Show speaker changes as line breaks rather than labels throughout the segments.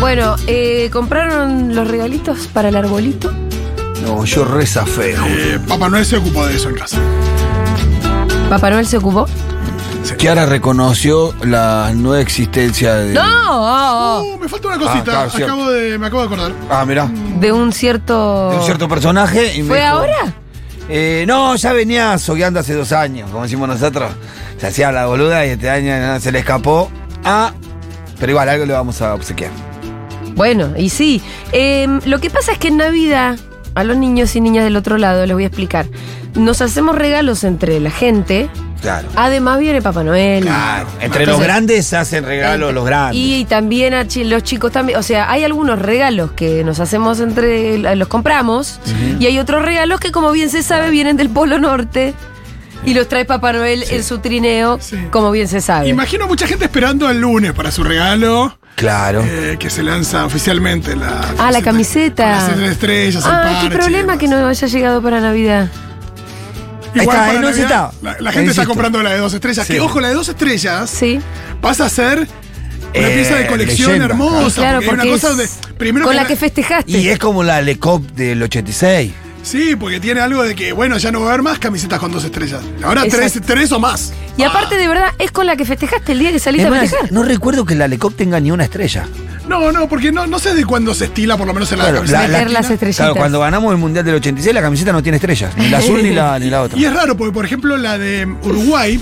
Bueno, eh, ¿compraron los regalitos para el arbolito?
No, yo reza feo.
Eh, Papá Noel se ocupó de eso en casa.
¿Papá Noel se ocupó?
Sí.
Kiara reconoció la no existencia de.
¡No! Oh, oh.
Uh, me falta una cosita.
Ah, claro, cierto.
acabo de, me acabo de acordar.
Ah, mirá.
De un cierto.
De un cierto personaje. y me
¿Fue
dijo,
ahora?
Eh, no, ya venía sogueando hace dos años, como decimos nosotros. Se hacía la boluda y este año nada, se le escapó. Ah, pero igual algo le vamos a obsequiar.
Bueno, y sí. Eh, lo que pasa es que en Navidad, a los niños y niñas del otro lado, les voy a explicar. Nos hacemos regalos entre la gente.
Claro.
Además viene Papá Noel.
Claro. Entre los
Ah. Entonces-
grandes hacen regalos los grandes.
Y también a chi- los chicos también. O sea, hay algunos regalos que nos hacemos entre. eh, los compramos. Y hay otros regalos que, como bien se sabe, vienen del Polo Norte. Y los trae Papá Noel en su trineo,
Sí.
como bien se sabe.
Imagino mucha gente esperando el lunes para su regalo.
Claro.
eh, que se lanza oficialmente la.
Ah, la camiseta.
camiseta. Con Las tres estrellas,
ah,
el
qué
parche y
problema
demás.
que no haya llegado para Navidad.
Igual
Está,
para
eh, no se
Navidad,
está.
La, la gente está
Insisto.
comprando la de dos estrellas.
Sí.
Que ojo, la de dos estrellas
Sí.
pasa a ser una
Eh,
pieza de colección
leyenda,
hermosa.
Y claro,
porque hay
porque
una cosa donde.
es
Primero
con la que
na-
festejaste.
Y es como la Lecop del 86.
Sí, porque tiene algo de que, bueno, ya no va a haber más camisetas con dos estrellas. Ahora tres,
Exacto.
tres o más.
Y aparte, de verdad, es con la que festejaste el día que saliste
Es más,
a festejar.
no recuerdo que la Lecop tenga ni una estrella.
No, no, porque no, no sé de cuándo se estila, por lo menos en la
Claro,
camiseta.
la- la-
Meter las estrellitas.
Claro, cuando ganamos el Mundial del 86 la camiseta no tiene estrellas. Ni la azul ni, la, ni la otra.
Y es raro, porque por ejemplo la de Uruguay,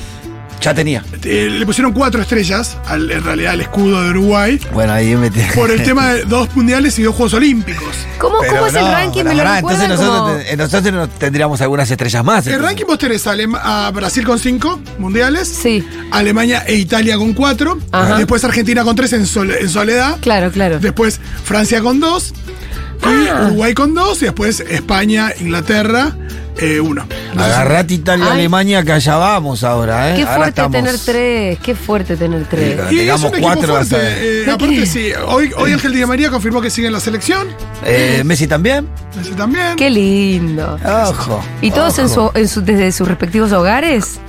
Ya tenía.
eh, le pusieron cuatro estrellas, al- en realidad al escudo de Uruguay,
Bueno, ahí me
por el tema de dos mundiales y dos Juegos Olímpicos.
¿Cómo,
Pero
cómo es el
no,
ranking?
pará,
¿Me lo
pará,
recuerdan?
entonces nosotros,
como-
te- nosotros nos tendríamos algunas estrellas más.
El
entonces.
Eh, ranking vos tenés a, Alem- a Brasil con cinco mundiales,
Sí.
Alemania e Italia con cuatro,
Ajá.
después Argentina con tres en, sol- en soledad,
Claro, claro.
después Francia con dos, y
Ah.
Uruguay con dos, y después España, Inglaterra, eh, uno.
Agarrate Italia
Ay.
Alemania, que allá vamos ahora, ¿eh?
Qué
Ahora
fuerte
estamos-
tener tres. Qué fuerte tener tres.
Sí,
Y es
Llegamos
un equipo
cuatro
fuerte.
hasta-
eh,
No
aparte,
creo.
sí, hoy, hoy Ángel Di María confirmó que sigue en la selección.
Eh, Messi también.
Messi también.
Qué lindo.
Ojo.
¿Y todos en
ojo.
su, en su- desde sus respectivos hogares?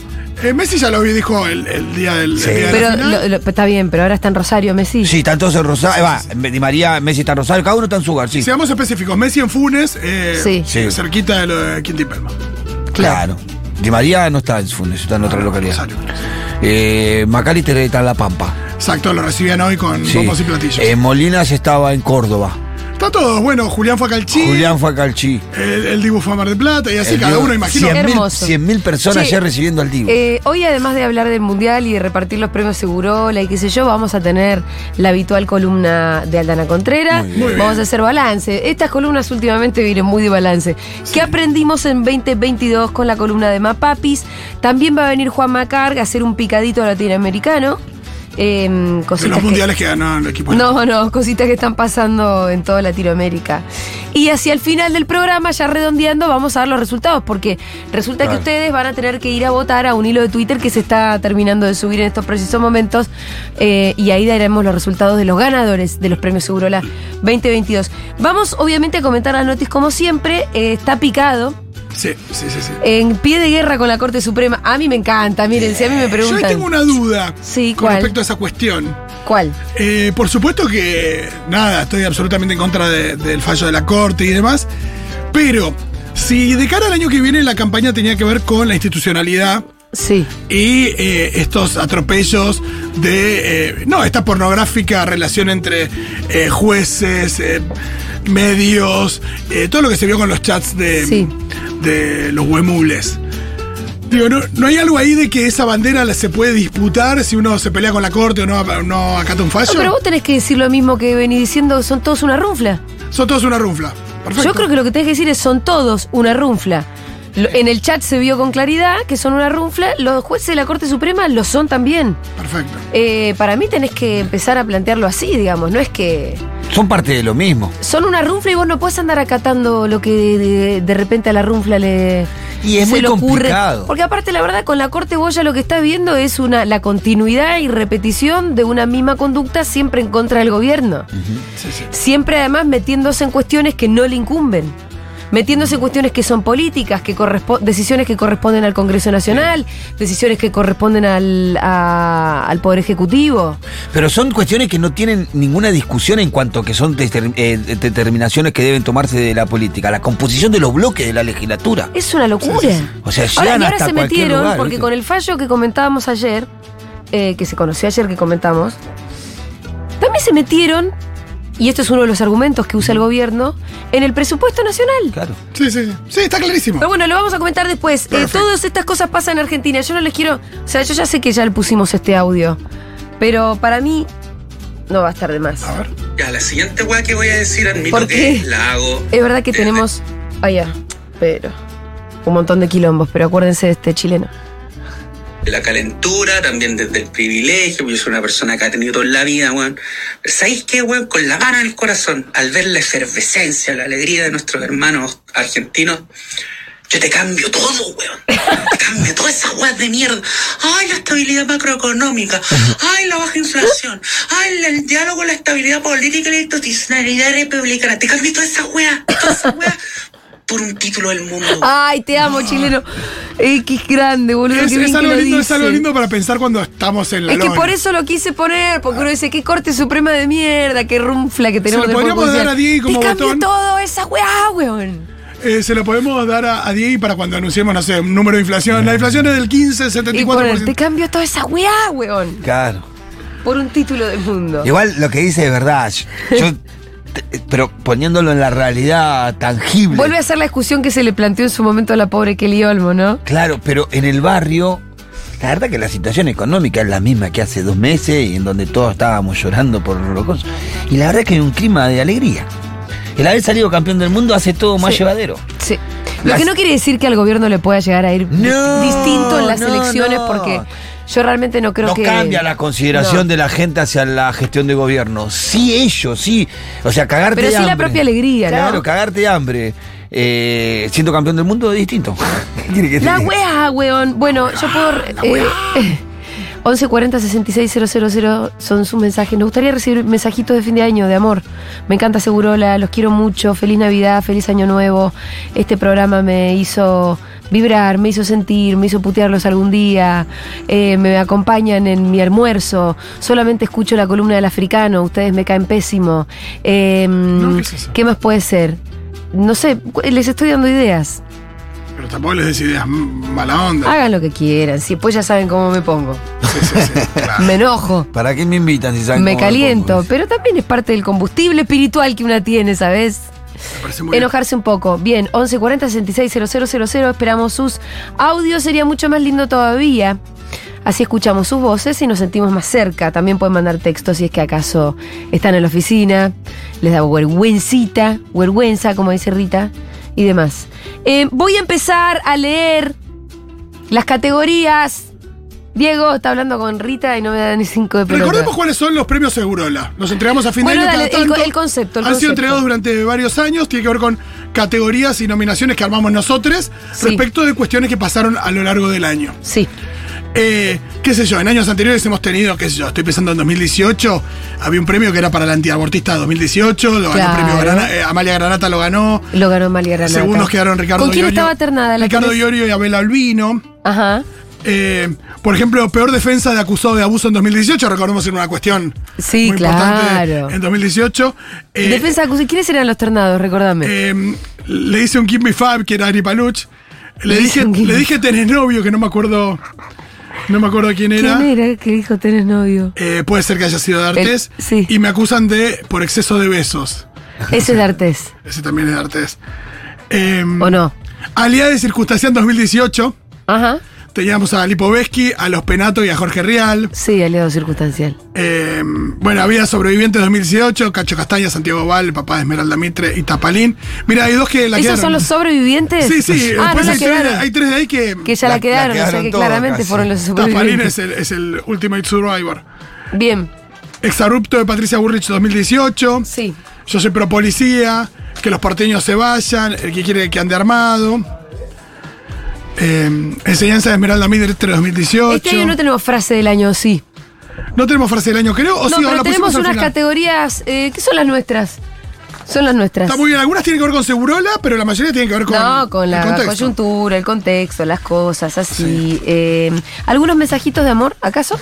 Eh, Messi ya lo vi, dijo el, el día del. el
Sí.
día de la
Pero
final.
lo- lo- está bien, pero ahora está en Rosario, Messi.
Sí, están todos en Rosario. Eh, va, Di María, Messi está en Rosario, cada uno está en su hogar, sí.
Seamos específicos. Messi en Funes, eh,
Sí.
Sí.
cerquita de lo de Quinti Palma.
Claro. Di María no está en Funes, está en otra localidad.
Ah, Rosario.
Eh, Macalister está en La Pampa.
Exacto, lo recibían hoy con
Sí.
bombos y platillos.
Eh, Molinas estaba en Córdoba.
Está todo. Bueno, Julián fue a Calchí.
Julián fue a Calchí.
El, el Dibu fue a Mar del Plata. Y así
El
cada
Dibu,
uno, imagino.
Cien.
100.000
Hermoso.
100.000 personas
Sí.
ya recibiendo al Divo.
Eh, hoy, además de hablar del Mundial y de repartir los premios Segurola y qué sé yo, vamos a tener la habitual columna de Aldana Contreras.
Muy
bien.
Vamos a hacer balance. Estas columnas últimamente vienen muy de balance. ¿Qué aprendimos en 2022 con la columna de Mapapis? También va a venir Juan Macarga a hacer un picadito latinoamericano. Em,
De
cositas
los
que-
mundiales que ganó el equipo.
no, no, cositas que están pasando en toda Latinoamérica. Y hacia el final del programa, ya redondeando, vamos a dar los resultados, porque resulta que
Claro.
ustedes van a tener que ir a votar a un hilo de Twitter que se está terminando de subir en estos precisos momentos, eh, y ahí daremos los resultados de los ganadores de los premios Segurola 2022. Vamos, obviamente, a comentar las noticias como siempre, eh, está picado.
Sí, sí, sí. sí.
En pie de guerra con la Corte Suprema. A mí me encanta, miren, si a mí me
Yo
preguntan.
ahí tengo una duda
Sí,
con
¿cuál?
respecto a esa cuestión.
¿Cuál?
Eh, por supuesto que nada, estoy absolutamente en contra de- del fallo de la corte y demás. Pero si de cara al año que viene la campaña tenía que ver con la institucionalidad
Sí.
y eh, estos atropellos de. eh, no, esta pornográfica relación entre eh, jueces, eh, medios, eh, todo lo que se vio con los chats de,
Sí.
de los huemules. Digo, no, no hay algo ahí de que esa bandera la se puede disputar si uno se pelea con la corte o no, no acata un fallo?
No, pero vos tenés que decir lo mismo que venís diciendo, son todos una runfla.
Son todos una runfla. Perfecto.
Yo creo que lo que tenés que decir es son todos una runfla. Lo- En el chat se vio con claridad que son una runfla, los jueces de la Corte Suprema lo son también.
Perfecto.
Eh, para mí tenés que empezar a plantearlo así, digamos, no es que
Son parte de lo mismo.
son una runfla y vos no podés andar acatando lo que de, de repente a la runfla le...
Y es
se
muy
le ocurre.
complicado.
Porque aparte la verdad con la Corte vos ya lo que estás viendo es una, la continuidad y repetición de una misma conducta siempre en contra del gobierno.
Sí, sí.
siempre además metiéndose en cuestiones que no le incumben. metiéndose en cuestiones que son políticas, que correspo- decisiones que corresponden al Congreso Nacional, decisiones que corresponden al, a- al Poder Ejecutivo.
Pero son cuestiones que no tienen ninguna discusión en cuanto a que son deter- eh, determinaciones que deben tomarse de la política. La composición de los bloques de la legislatura.
Es una locura.
O sea,
Ahora,
llegan
y ahora
hasta
se
cualquier
metieron,
lugar,
porque
¿viste?
con el fallo que comentábamos ayer, eh, que se conoció ayer que comentamos, también se metieron, y esto es uno de los argumentos que usa el gobierno, en el presupuesto nacional.
Claro.
Sí, sí, sí. Sí, está clarísimo.
Pero bueno, lo vamos a comentar después. Eh,
Perfecto.
todas estas cosas pasan en Argentina. Yo no les quiero. O sea, yo ya sé que ya le pusimos este audio. Pero para mí no va a estar de más.
A ver.
Ya, la siguiente weá que voy a decir admito
¿Por
que
qué?
la hago.
Es verdad que tenemos. Allá, pero. Un montón de quilombos, pero acuérdense de este chileno.
de La calentura, también desde el privilegio, yo soy una persona que ha tenido toda la vida, weón. Pero ¿Sabéis qué, weón? Con la mano en el corazón, al ver la efervescencia, la alegría de nuestros hermanos argentinos, yo te cambio todo, weón. Te cambio toda esa weá de mierda. Ay, la estabilidad macroeconómica. Ay, la baja inflación. Ay, el, el diálogo, la estabilidad política y la institucionalidad republicana. Te cambio toda esa weá, toda esa weá, por un título del mundo. weón.
Ay, te amo, chileno. X grande, boludo.
Es,
qué bien
Ah. es
que
algo
lo
lindo, es
dice.
algo lindo para pensar cuando estamos en la
Es que
lona.
por eso lo quise poner, porque uno dice, qué corte suprema de mierda, qué runfla que tenemos
lo
del
podríamos
Poder
dar a Diego
Judicial.
como
Te cambio
botón.
todo esa weá, weón.
Eh, se lo podemos dar a, a Diego para cuando anunciemos, no sé, un número de inflación. La inflación es del 15,
Y poner, te
74%.
cambio toda esa weá, weón.
Claro.
Por un título del mundo.
Igual lo que dice es verdad. Yo- yo- te- pero poniéndolo en la realidad tangible.
Vuelve a hacer la discusión que se le planteó en su momento a la pobre Kelly Olmo, ¿no?
Claro, pero en el barrio, la verdad que la situación económica es la misma que hace dos meses y en donde todos estábamos llorando por los cosas. Y la verdad que hay un clima de alegría. El haber salido campeón del mundo hace todo más
Sí.
llevadero.
Sí. Lo
Las-
que no quiere decir que al gobierno le pueda llegar a ir
No,
distinto en las
no,
elecciones,
no.
porque yo realmente no creo
no
que.
cambia la consideración
No.
de la gente hacia la gestión de gobierno. Sí, ellos, sí. O sea, cagarte
Pero
de
sí la
hambre.
propia alegría, ¿no?
Claro, cagarte de hambre. Eh, siendo campeón del mundo es distinto. ¿Qué quiere que te
La
diga?
wea, weón. Bueno, yo puedo. Eh, 1140 000 son sus mensajes. Nos gustaría recibir mensajitos de fin de año, de amor. Me encanta Segurola, los quiero mucho. Feliz Navidad, feliz Año Nuevo. Este programa me hizo vibrar, me hizo sentir, me hizo putearlos algún día. Eh, me acompañan en mi almuerzo. Solamente escucho la columna del africano. Ustedes me caen pésimo. Eh,
No, ¿qué es eso?
¿Qué más puede ser? No sé, cu- les estoy dando ideas.
Pero tampoco les des ideas mm, mala onda.
Hagan lo que quieran, si pues ya saben cómo me pongo.
Sí, sí, sí, claro.
Me enojo,
¿Para qué me invitan si saben
me
cómo
caliento,
pongo?
pero también es parte del combustible espiritual que una tiene, ¿sabes?
Me parece muy bien.
Enojarse un poco. Bien, 1140 000 esperamos sus audios, sería mucho más lindo todavía. Así escuchamos sus voces y nos sentimos más cerca. También pueden mandar textos si es que acaso están en la oficina, les da vergüencita, vergüenza, como dice Rita, y demás. Eh, voy a empezar a leer las categorías. Diego está hablando con Rita y no me da ni cinco de pelota.
Recordemos cuáles son los premios Segurola. Los entregamos a fin
Bueno,
de año
dale,
cada
el co-
tanto.
el concepto, el
Han sido
concepto.
entregados durante varios años. Tiene que ver con categorías y nominaciones que armamos nosotros
Sí.
respecto de cuestiones que pasaron a lo largo del año.
Sí.
Eh, qué sé yo, en años anteriores hemos tenido, qué sé yo, estoy pensando en 2018, había un premio que era para la antiabortista de 2018, lo ganó
Claro.
el premio Grana- eh, Amalia Granata lo ganó.
Lo ganó Amalia Granata.
Segundos quedaron Ricardo
¿Con quién
Iorio-
estaba ternada? La
Ricardo
tenés?
Iorio y Abel Albino.
Ajá.
Eh, por ejemplo, peor defensa de acusado de abuso en 2018, recordemos en una cuestión
Sí,
muy
claro.
importante en 2018. Eh,
Defensa de acusación. ¿Quiénes eran los ternados? Recordame.
eh, le hice un Give Me Five, que era Ari Paluch. Le
Le hice
dije,
un Give
le
Me
dije tenés novio, que no me acuerdo. No me acuerdo quién
¿Quién era que dijo tenés novio?
Eh, puede ser que haya sido de Artes.
El- sí.
Y me acusan de por exceso de besos.
Ese es de Artés,
Ese también es de Artes. Em,
¿o no?
Aliada de Circunstancia en 2018.
Ajá.
Teníamos a Lipovetsky, a Los Penato y a Jorge Rial.
Sí, aliado circunstancial.
Em, bueno, había Sobrevivientes 2018, Cacho Castaña, Santiago Val, papá de Esmeralda Mitre y Tapalín. Mira, hay dos que la
¿Esos
quedaron.
son los sobrevivientes?
Sí, eh, sí.
Ah, no
después
la
hay, tres,
quedaron.
hay tres de ahí que.
Que ya la,
La- la
quedaron, o sea
quedaron
que
todos,
claramente
casi.
fueron los
Tapalín
sobrevivientes.
es el, es el Ultimate Survivor.
Bien,
Exarrupto de Patricia Burrich 2018.
sí.
Yo soy pro policía, que los porteños se vayan, el que quiere que ande armado. Eh, enseñanza de Esmeralda Mitre 2018.
Este año no tenemos frase del año, sí.
No tenemos frase del año, creo. O
no,
Oh, sí, o
pero
la
tenemos
pusimos al
unas
final.
categorías eh, que son las nuestras. Son las nuestras.
Está muy bien. Algunas tienen que ver con Segurola, pero la mayoría tienen que ver con.
no, con
el
la
contexto.
coyuntura, el contexto, las cosas, así. Eh, ¿Algunos mensajitos de amor, acaso?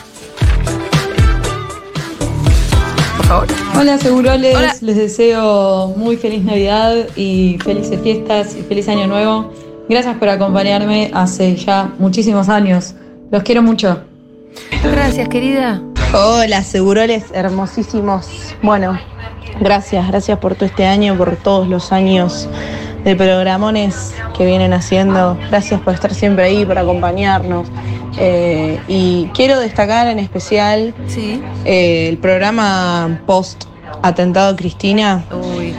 Por favor.
Hola Seguroles,
Hola.
les deseo muy feliz Navidad y felices fiestas y feliz año nuevo. Gracias por acompañarme hace ya muchísimos años. Los quiero mucho.
Gracias, querida.
Hola, seguroles hermosísimos. Bueno, gracias, gracias por todo este año, por todos los años de programones que vienen haciendo. Gracias por estar siempre ahí, por acompañarnos. Eh, y quiero destacar en especial
Sí.
eh, el programa post Atentado Cristina.
Uy.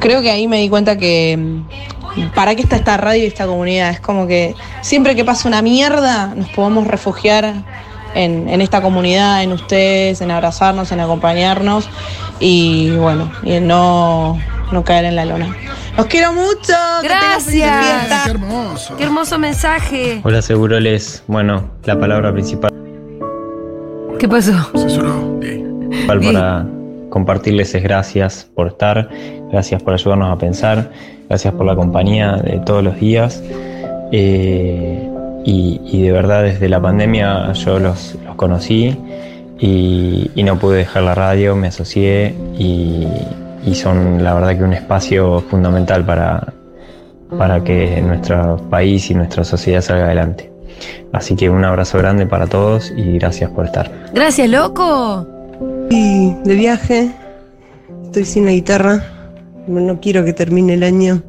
Creo que ahí me di cuenta que mm, para qué está esta radio y esta comunidad. Es como que siempre que pasa una mierda nos podemos refugiar en, en esta comunidad, en ustedes, en abrazarnos, en acompañarnos y bueno, y en no, no caer en la lona. Los quiero mucho. que tengan felices
Gracias.
fiestas.
Qué hermoso.
Qué hermoso mensaje.
Hola Seguroles, bueno, la palabra principal
¿Qué pasó?
Se sonó. Sí.
para compartirles es gracias por estar, gracias por ayudarnos a pensar, gracias por la compañía de todos los días. Eh, y, y de verdad desde la pandemia yo los, los conocí y, y no pude dejar la radio, me asocié y, y son la verdad que un espacio fundamental para, para que nuestro país y nuestra sociedad salga adelante. Así que un abrazo grande para todos y gracias por estar.
Gracias, loco.
Y de viaje, estoy sin la guitarra. No quiero que termine el año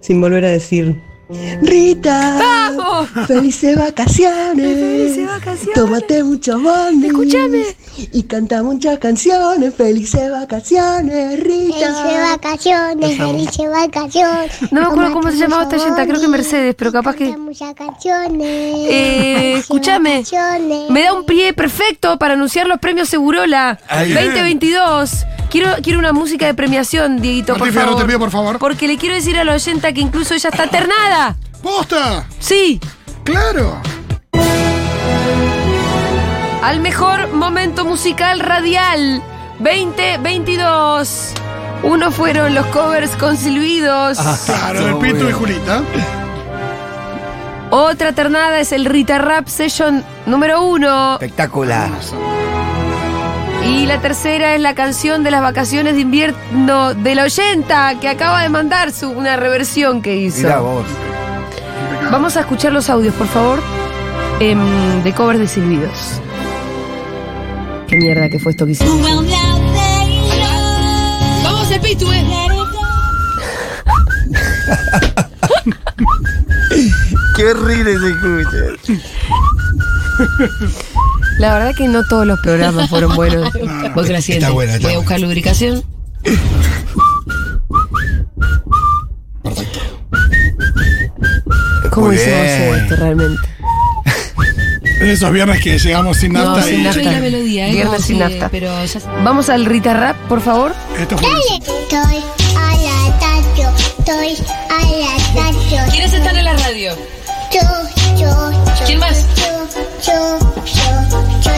sin volver a decir: ¡Rita!
¡Vamos!
¡Felices vacaciones!
¡Felices vacaciones!
Tómate muchos bondes.
Escúchame.
Y canta muchas canciones. ¡Felices vacaciones, Rita!
Felices vacaciones, felices vacaciones.
No me acuerdo cómo se
Tomate
llamaba esta
mucho
yenta, creo que
boni
Mercedes, pero
y
capaz que-
canta Muchas canciones.
Eh, escúchame. Me da un pie perfecto para anunciar los premios Segurola
Ahí.
2022. Quiero, quiero una música de premiación, Dieguito, por
Martín Fierro,
favor.
te pido, por favor.
Porque le quiero decir a la oyenta que incluso ella está ternada.
¡Posta!
Sí,
¡Claro!
al mejor momento musical radial 2022. Uno fueron los covers con silbidos.
Ah. Claro, el Pito y Julita.
Otra ternada es el Rita Rap Session número uno.
Espectacular.
Ah, Y la tercera es la canción de las vacaciones de invierno de la oyenta que acaba de mandar su, una reversión que hizo.
Mirá vos.
Vamos a escuchar los audios, por favor, em, de covers de silbidos. Qué mierda que fue esto que hicimos.
Vamos el pitu, eh.
Qué horrible se escucha.
La verdad que no todos los programas fueron buenos.
Voy con la siguiente.
Está buena, está
Voy a buscar lubricación.
¿Cómo
Muy
hicimos
bien.
esto realmente?
En esos viernes que llegamos sin
No,
nafta
sin
y.
nafta.
Yo y la melodía, eh.
Viernes
como
sin
que-
nafta.
Pero ya
Vamos al Rita Rap, por favor.
Esto fue.
Estoy al ataque, estoy al ataque.
¿Quieres estar en la radio?
Yo, yo, yo.
¿Quién más?
Yo, yo, yo, yo,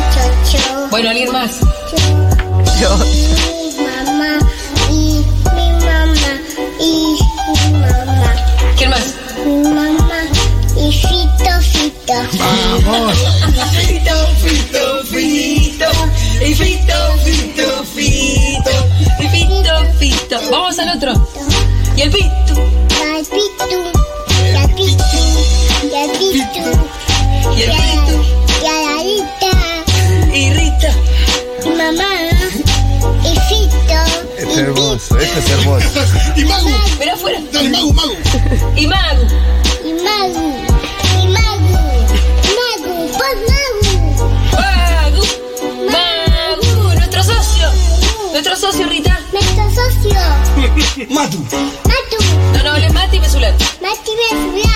yo, yo.
Bueno, alguien más.
Yo. Mi mamá y mi mamá y mi mamá.
¿Quién más?
Mi mamá y Fito Fito.
Vamos.
Pito, pito. Vamos al otro. Y el pitu.
La Pitu, la Pitu, la Pitu. Y la, y a la Rita. Y Mamá y Fito.
Es hermoso, esto es hermoso.
Y Magu.
Pero afuera.
Dale, Magu, Magu.
Y Mago.
Y Magu. Y Magu. Magu, por Magu.
Mago. Mago. Nuestro socio. Nuestro socio, Rita.
Nuestro socio.
Matu.
Matu.
No, no, hables Mati Mesulán.
Mati Mesulán.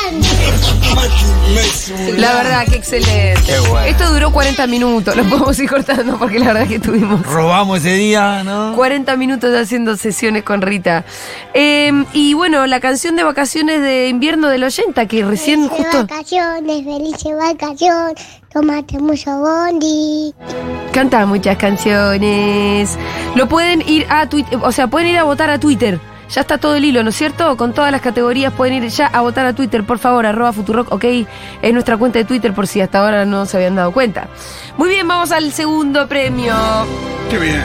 La verdad que excelente.
Qué bueno.
Esto duró 40 minutos. Lo podemos ir cortando porque la verdad que tuvimos
Robamos ese día, ¿no?
40 Ah. minutos haciendo sesiones con Rita. Eh, y bueno, la canción de vacaciones de invierno del 80, que recién
Felices
justo
vacaciones, felices vacaciones. Tómate mucho bondi.
canta muchas canciones. Lo pueden ir a Twitter, o sea, pueden ir a votar a Twitter. Ya está todo el hilo, ¿no es cierto? Con todas las categorías pueden ir ya a votar a Twitter, por favor, arroba Futurock, ok. Es nuestra cuenta de Twitter por si hasta ahora no se habían dado cuenta. Muy bien, vamos al segundo premio.
Qué bien.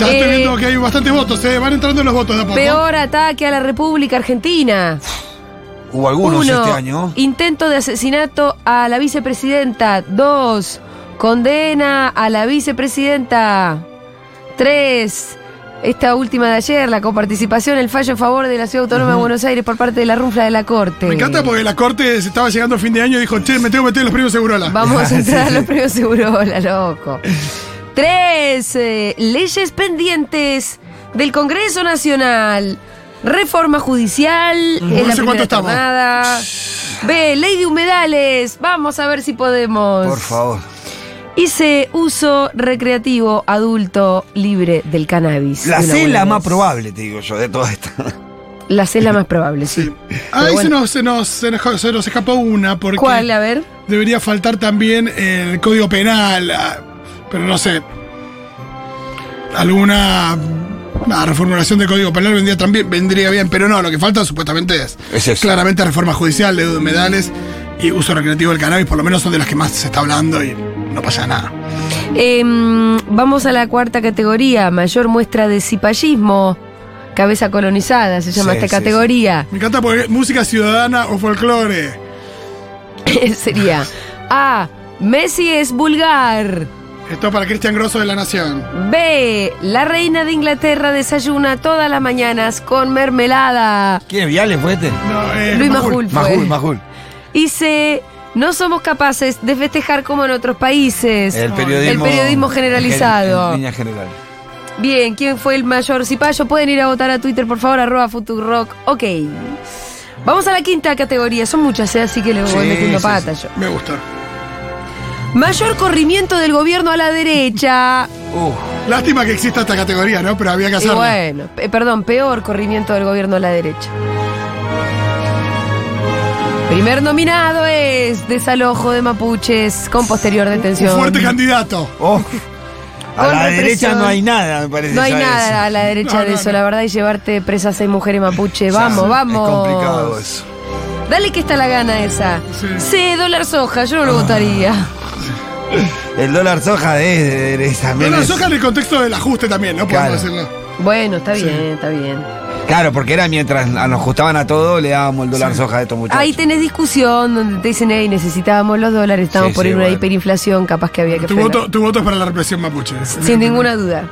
Ya
Eh,
estoy viendo que hay bastantes votos, ¿eh? Van entrando los votos de a poco.
Peor ataque a la República Argentina.
Hubo algunos
Uno,
este año.
Intento de asesinato a la vicepresidenta. Dos, condena a la vicepresidenta. Tres, esta última de ayer, la coparticipación, el fallo en favor de la Ciudad Autónoma de Buenos Aires por parte de la Runfla de la Corte.
Me encanta porque la corte se estaba llegando a fin de año y dijo, che, me tengo que meter en los premios Segurola.
Vamos a entrar a
Sí,
los
sí.
premios Segurola, loco. Tres, eh, leyes pendientes del Congreso Nacional. Reforma judicial. en
No
la
sé
primera
cuánto estamos.
jornada. B, ley de humedales. Vamos a ver si podemos.
Por favor.
Hice uso recreativo adulto libre del cannabis.
La
De una
C es
buena
la más
vez.
probable, te digo yo, de todas estas.
La C es la más probable, sí.
Ah, Ahí
Pero
se,
bueno.
nos, se, nos, se, nos, se nos escapó una porque
¿Cuál? A ver.
debería faltar también el código penal, ah, pero no sé. Alguna ah, reformulación del código penal vendría, también, vendría bien, pero no, lo que falta supuestamente es,
Es eso.
claramente reforma judicial, deuda de humedales y uso recreativo del cannabis, por lo menos son de las que más se está hablando y no pasa nada.
Em, vamos a la cuarta categoría, mayor muestra de cipallismo. Cabeza colonizada se llama
Sí,
esta
sí,
categoría.
Me encanta porque música ciudadana o folclore.
Sería A. Messi es vulgar.
Esto para Cristian Grosso de la Nación.
B. La reina de Inglaterra desayuna todas las mañanas con mermelada.
¿Quién es Viales fue este?
No, eh,
Luis
Majul.
Majul fue.
Majul, Majul.
Y C. No somos capaces de festejar como en otros países.
El periodismo.
El periodismo generalizado.
En, en línea general.
Bien, ¿quién fue el mayor cipayo? Pueden ir a votar a Twitter, por favor, arroba Futurock. Ok. Vamos a la quinta categoría. Son muchas, ¿eh? así que le voy
Sí,
metiendo
sí,
pata yo.
Me gustó.
Mayor corrimiento del gobierno a la derecha.
Uf,
Lástima que exista esta categoría, ¿no? Pero había que
Y
hacerlo.
bueno, pe- perdón, peor corrimiento del gobierno a la derecha. Primer nominado es desalojo de mapuches con posterior
Un
detención.
fuerte candidato.
uf. oh, A
Con
la
represión.
derecha no hay nada, me parece.
No hay
ya es-
nada a la derecha
No,
de
no,
eso,
no.
la verdad, y llevarte presa a seis mujeres mapuche.
ya
Vamos, vamos.
Es complicado eso.
Dale que está la gana esa.
Sí.
C, dólar soja, yo no
Ah.
lo votaría.
El dólar soja es de derecha. también
Pero
es-
las hojas en el contexto del ajuste también, ¿no? Podemos
Claro.
decirlo.
Bueno, está bien, está bien.
Claro, porque era mientras nos ajustaban a todo, le dábamos el dólar soja de estos muchachos.
Ahí tenés discusión donde te dicen, hey, necesitábamos los dólares, estamos
Sí,
por
sí,
ir a una
bueno.
hiperinflación, capaz que había que
Tu
frenar".
voto, tu voto es para la represión mapuche.
Sin ninguna duda.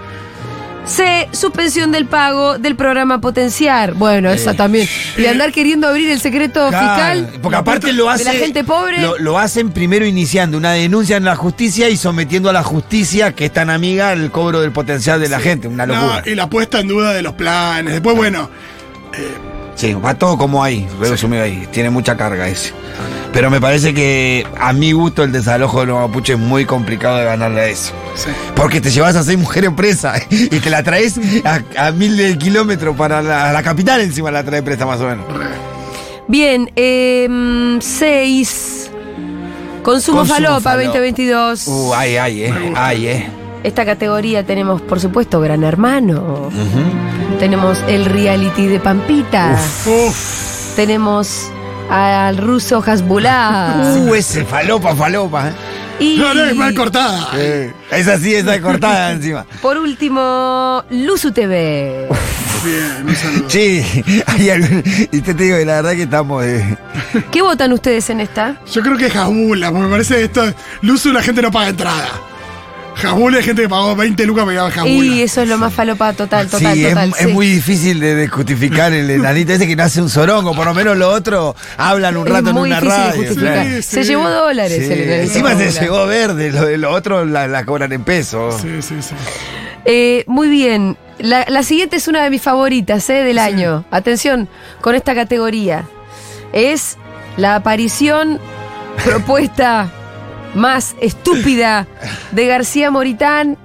C, suspensión del pago del programa Potenciar. Bueno, esa también. Y andar queriendo abrir el secreto
Eh, Claro,
fiscal.
Porque aparte lo hace.
De la gente pobre.
Lo, lo hacen primero iniciando una denuncia en la justicia y sometiendo a la justicia, que es tan amiga, el cobro del potencial de la gente. Una locura.
No, y la puesta en duda de los planes. Después, bueno,
Sí, va todo como ahí, resumido ahí. Tiene mucha carga ese. Pero me parece que a mi gusto el desalojo de los mapuches es muy complicado de ganarle a eso.
sí.
Porque te llevas a seis mujeres presas y te la traes a, a mil de kilómetros para la, a la capital encima la traes presa más o menos.
Bien, 6. Consumo,
Consumo
falopa
falopa.
2022.
Uh, ay, ay, eh. Ay, eh.
Esta categoría tenemos, por supuesto, Gran Hermano. Tenemos el reality de Pampita. Tenemos al ruso Hasbulá.
Uh, ese falopa, falopa. eh.
y
No, no, es mal cortada.
Eh, esa sí, esa cortada encima.
por último, Luzu TV.
Bien, un saludo.
Sí, hay algún- y te, te digo que la verdad que estamos... eh,
¿Qué votan ustedes en esta?
Yo creo que es jabula, porque me parece esto. Luzu la gente no paga entrada. Jabula es gente que pagó 20 lucas para ir a ver jabula.
Y eso es lo más falopa total, total,
Ah, sí, es-
total.
Es,
sí.
muy difícil de, de justificar el enanito ese que no hace un sorongo, por lo menos lo otro hablan un
Es
rato en
muy
una
difícil de
radio.
justificar.
claro.
Sí,
Se
sí.
llevó dólares.
Sí,
el reality
Encima se
Hasbulá.
llegó verde, lo, lo otro la, la cobran en pesos.
Sí, sí, sí.
Eh, muy bien. La, la siguiente es una de mis favoritas eh, del año. Atención con esta categoría. Es la aparición propuesta más estúpida de García Moritán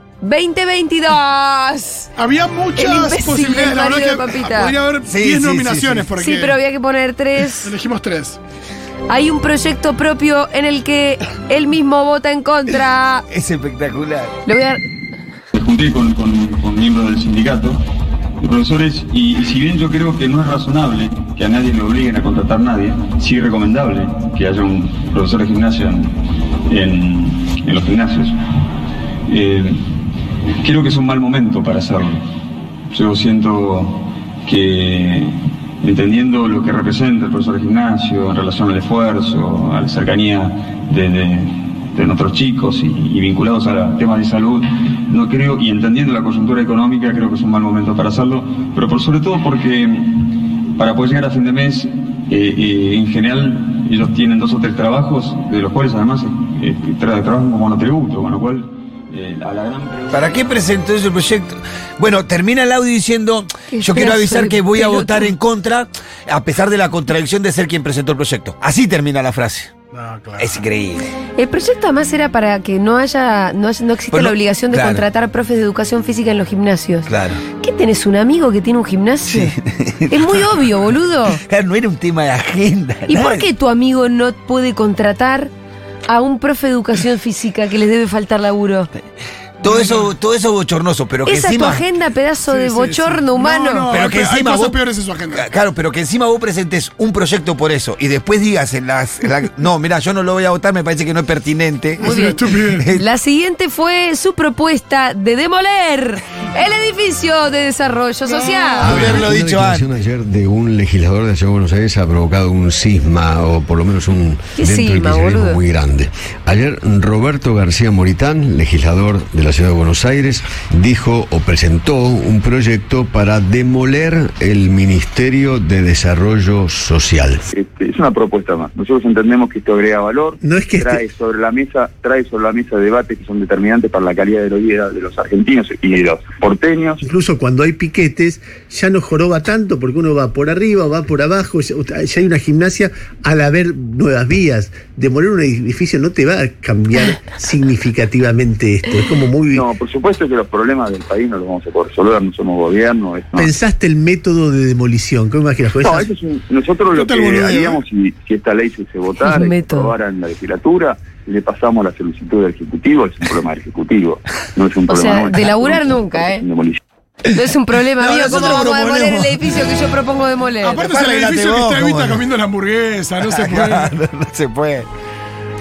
2022.
Había
El
muchas
imbécil
posibilidades.
del
La
marido
verdad
de
que
Pampita.
podría haber
Sí,
10
sí,
nominaciones
sí, sí.
porque
Sí, pero había que poner tres.
elegimos tres.
Hay un proyecto propio en el que él mismo vota en contra.
Es espectacular.
Le voy a dar-
junté con, con, con miembros del sindicato profesores, y, y si bien yo creo que no es razonable que a nadie le obliguen a contratar a nadie, sí es recomendable que haya un profesor de gimnasia en, en- en los gimnasios. Eh, creo que es un mal momento para hacerlo. Yo siento que entendiendo lo que representa el profesor de gimnasio en relación al esfuerzo, a la cercanía de, de- de nuestros chicos y, y vinculados a la- temas de salud, no creo, y entendiendo la coyuntura económica, creo que es un mal momento para hacerlo, pero por sobre todo porque para poder llegar a fin de mes, eh, eh, en general, ellos tienen dos o tres trabajos, de los cuales además eh, tra- trabajan como monotributo, con lo cual eh, a la gran
¿Para qué presentó ese proyecto? Bueno, termina el audio diciendo,
Qué
yo quiero
pedazo
avisar
de
que voy a
pelotudo".
votar en contra, a pesar de la contradicción de ser quien presentó el proyecto. Así termina la frase.
No, claro.
Es increíble.
El proyecto además era para que no haya, no, haya- no exista
Pues no,
la obligación de
claro.
contratar profes de educación física en los gimnasios.
Claro.
¿Qué tenés un amigo que tiene un gimnasio? Es muy obvio, boludo.
Claro, no era un tema de agenda.
¿Y
nada.
por qué tu amigo no puede contratar a un profe de educación física que les debe faltar laburo?
Todo eso, todo eso bochornoso, pero que
Esa es tu
encima.
agenda, pedazo
Sí,
de
sí,
bochorno
sí.
humano.
No, no,
Pero que
hay
encima
cosas
vos-
peores en su agenda.
Claro, pero que encima vos presentes un proyecto por eso y después digas en las. en la- no, mira, yo no lo voy a votar, me parece que no es pertinente.
Es una estupidez.
La siguiente fue su propuesta de demoler el edificio de desarrollo social.
Haberlo
Una
dicho antes.
declaración ayer de un legislador de la Ciudad de Buenos Aires ha provocado un sisma, o por lo menos un dentro
¿Qué
del
sisma,
kirchnerismo
boludo?
muy grande. Ayer Roberto García Moritán, legislador de la Ciudad de Buenos Aires, dijo o presentó un proyecto para demoler el Ministerio de Desarrollo Social.
Este, es una propuesta más. Nosotros entendemos que esto agrega valor,
No es que
trae
este-
sobre la mesa, trae sobre la mesa debates que son determinantes para la calidad de la vida de los argentinos y de los porteños.
Incluso cuando hay piquetes, ya no joroba tanto porque uno va por arriba, va por abajo, ya ya hay una gimnasia al haber nuevas vías. Demoler un edificio no te va a cambiar significativamente esto. Es como muy...
No, por supuesto que los problemas del país no los vamos a poder resolver, no somos gobierno. es- no.
Pensaste el método de demolición, ¿cómo imaginas? Con
No,
esas-
eso es un- nosotros lo
Total
que
boludeo,
haríamos si, si esta ley se, se votara
Un
y se
método.
aprobara en la legislatura, le pasamos la solicitud del Ejecutivo, es un problema del Ejecutivo, no es un
O
problema
sea,
nuestro.
de laburar
No,
nunca, ¿eh?
de demolición.
No es un problema,
No,
amigo. ¿Cómo
nosotros
vamos a demoler el
proponemos.
edificio que yo propongo demoler?
Aparte es el
Aparte,
edificio
vos,
que está
cómo
Evita
no.
comiendo la hamburguesa, no se
Claro,
puede.
no se puede.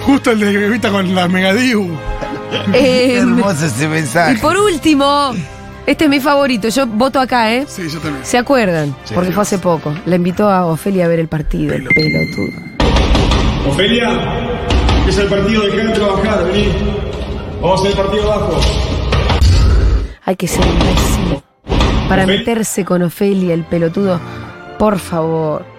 Justo el de Evita con la Megadiu.
Qué
Eh,
hermoso ese mensaje.
y por último, este es mi favorito. Yo voto acá, ¿eh?
Sí, yo también.
¿Se acuerdan? Porque fue hace poco. La invitó a Ofelia a ver el partido. El pelotudo.
Ofelia, es el partido, dejá de trabajar, vení. Vamos a hacer el partido abajo.
Hay que ser imbécil. Para meterse con Ofelia, el pelotudo. Por favor.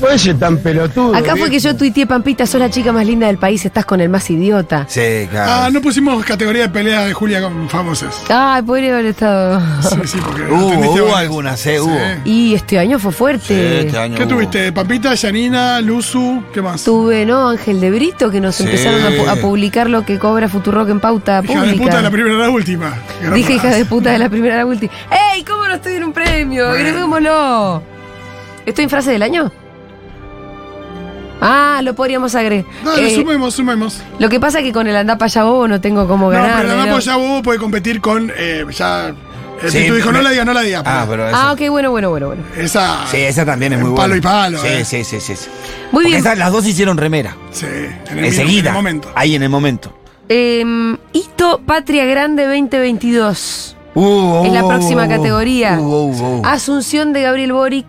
No es tan pelotudo.
Acá fue que yo tuiteé, Pampita, sos la chica más linda del país, estás con el más idiota.
Sí, claro.
Ah, no pusimos categoría de pelea de Julia con famosas.
Ay, podría haber estado.
Sí, sí, porque
Hubo,
entendiste
hubo
varias.
algunas, eh, hubo.
Y este año fue
Sí,
fuerte.
este año
¿Qué
hubo.
tuviste? Pampita, Yanina, Luzu, ¿qué más?
Tuve, ¿no? Ángel de Brito, que nos
Sí.
empezaron a, pu- a publicar lo que cobra Futurock en pauta
Hija de puta,
pública.
de la primera a la última. Gran
Dije hija
frase.
de puta de la primera a la última. ¡Ey! ¿Cómo no estoy en un premio? Agreguémoslo. ¿Estoy en frase del año? Ah, lo podríamos agregar.
Dale,
Eh,
sumemos, sumemos.
lo que pasa es que con el andá para allá bobo no tengo cómo
No,
ganar.
pero
¿no?
la Napo ya vos puede competir con. eh, ya. eh,
Sí,
si tu hijo no
me-
la diga, no la diga.
Ah,
pero
pero esa.
Ah, ok, bueno, bueno, bueno, bueno.
Esa.
Sí, esa también es
en
muy buena.
palo y palo,
Sí,
eh.
sí, sí, sí. sí.
Muy
Porque
bien.
esas- las dos hicieron remera.
Sí, en el, en
Enseguida.
el momento.
Ah,
Ahí en el momento.
Em, hito Patria Grande 2022.
Uh,
En la
uh,
próxima
uh,
categoría. Ah.
uh, uh, uh.
Asunción de Gabriel Boric.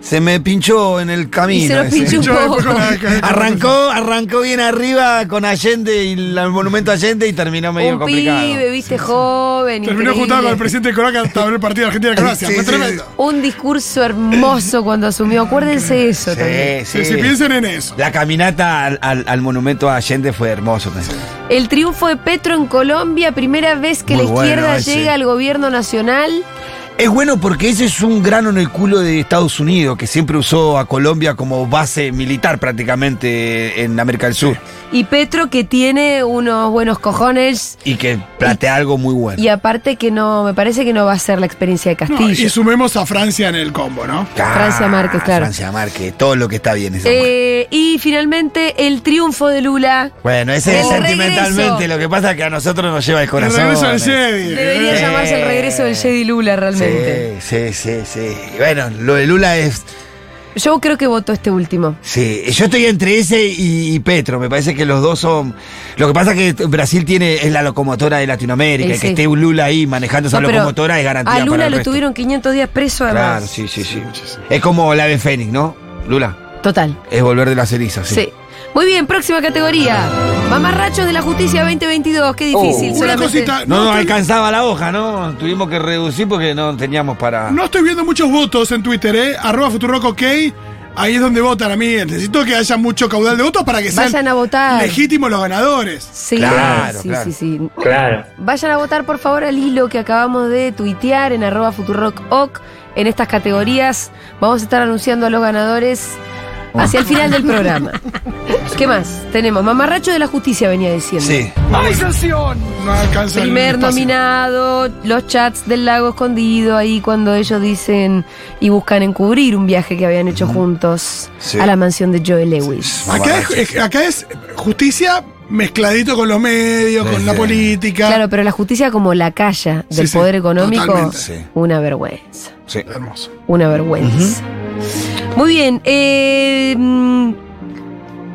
Se me pinchó en el camino.
Y se nos
ese.
pinchó un
Yo después con
poco.
la- con-
Arrancó, arrancó bien arriba con Allende y la- el monumento a Allende y terminó medio
Un
complicado.
pibe, viste, joven.
Terminó juntado con el
increíble.
presidente de Croacia hasta ver el partido de Argentina y Croacia.
Sí,
Fue
sí,
tremendo.
Un discurso hermoso cuando asumió. Acuérdense eso también.
Sí,
Sí,
sí.
sí, piensen en eso.
La caminata al, al- al monumento a Allende fue hermoso. también.
El triunfo de Petro en Colombia, primera vez que
Muy
la
bueno
izquierda
ese.
llega al gobierno nacional.
Es bueno porque ese es un grano en el culo de Estados Unidos, que siempre usó a Colombia como base militar prácticamente en América del Sur.
Y Petro que tiene unos buenos cojones.
Y que plantea algo muy bueno.
Y aparte que no, me parece que no va a ser la experiencia de
No,
Castillo.
y sumemos a Francia en el combo, ¿no?
Francia Márquez, claro.
Francia Márquez, todo lo que está bien. Esa mujer.
Eh, y finalmente el triunfo de Lula.
bueno, ese es
el
sentimentalmente.
regreso.
Lo que pasa es que a nosotros nos lleva el
El
corazón.
regreso del
eh.
Jedi.
Debería
Eh.
llamarse el regreso del Jedi Lula realmente. Totalmente.
Sí, sí, sí. Y Bueno, lo de Lula es.
Yo creo que votó este último.
Sí, yo estoy entre ese y, y Petro. Me parece que los dos son. Lo que pasa es que Brasil tiene es la locomotora de Latinoamérica.
Eh,
y
sí.
Que esté un Lula ahí manejando esa
No, pero
locomotora es garantía
A
para
Lula
el
lo
resto.
tuvieron 500 días preso
Claro,
además.
sí, sí, sí. Es como la de Fénix, ¿no? Lula,
Total.
es volver de las cenizas.
Sí.
Sí.
Muy bien, próxima categoría. Mamarrachos de la justicia 2022. Qué
Oh,
difícil.
uh, una
solamente-
cosita.
No
No,
nos
estoy-
alcanzaba la hoja, ¿no? Tuvimos que reducir porque no teníamos para.
No estoy viendo muchos votos en Twitter, ¿eh? Arroba Futurock OK. Ahí es donde votan, amigos. Necesito que haya mucho caudal de votos para que sean
Vayan a votar.
legítimos los ganadores.
Sí,
Claro,
sí,
claro.
sí, sí.
Claro.
Vayan a votar, por favor, al hilo que acabamos de tuitear en arroba futurock.oc en estas categorías. Vamos a estar anunciando a los ganadores
Oh.
hacia el final del programa. ¿Qué más? Tenemos Mamarracho de la Justicia, venía diciendo.
Sí.
¡Ay, sanción! No alcanza el
Primer
espacio.
nominado, los chats del lago escondido, ahí cuando ellos dicen y buscan encubrir un viaje que habían hecho juntos
Sí.
a la mansión de Joe Lewis.
Acá es, es- acá es justicia mezcladito con los medios,
Sí,
con la
sí.
política.
Claro, pero la justicia como la calla del
Sí, sí,
poder económico,
totalmente.
Sí.
una vergüenza.
Sí.
Hermoso.
Una vergüenza. Muy bien. eh, mm,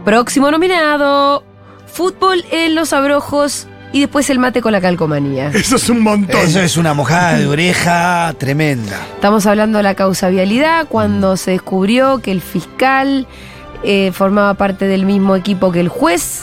próximo nominado. Fútbol en los abrojos y después el mate con la calcomanía.
Eso es un montón.
Eso es una mojada de oreja tremenda.
Estamos hablando de la causavialidad, cuando se descubrió que el fiscal eh, formaba parte del mismo equipo que el juez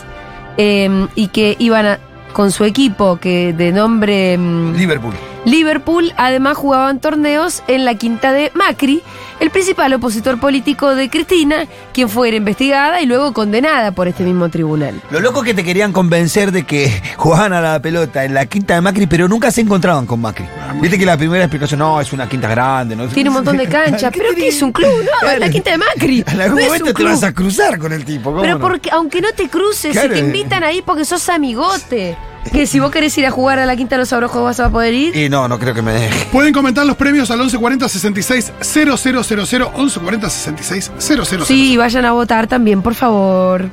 eh, y que iban a- con su equipo que de nombre... mm,
Liverpool.
Liverpool además jugaban torneos en la quinta de Macri, el principal opositor político de Cristina, quien fue investigada y luego condenada por este mismo tribunal.
Lo loco que te querían convencer de que jugaban a la pelota en la quinta de Macri, pero nunca se encontraban con Macri. Viste que la primera explicación, no, es una quinta grande, ¿no?
Tiene un montón de canchas, pero ¿qué es un club? No, es la quinta de Macri.
En
no
algún
es
momento
un
te
club.
vas a cruzar con el tipo, ¿cómo
Pero
no?
porque, aunque no te cruces,
Claro.
si te invitan ahí porque sos amigote. Que si vos querés ir a jugar a la quinta de los abrojos vas a poder ir.
Y no, no creo que me deje.
Pueden comentar los premios al 1140 66 000 1140 66 000.
Sí, vayan a votar también, por favor.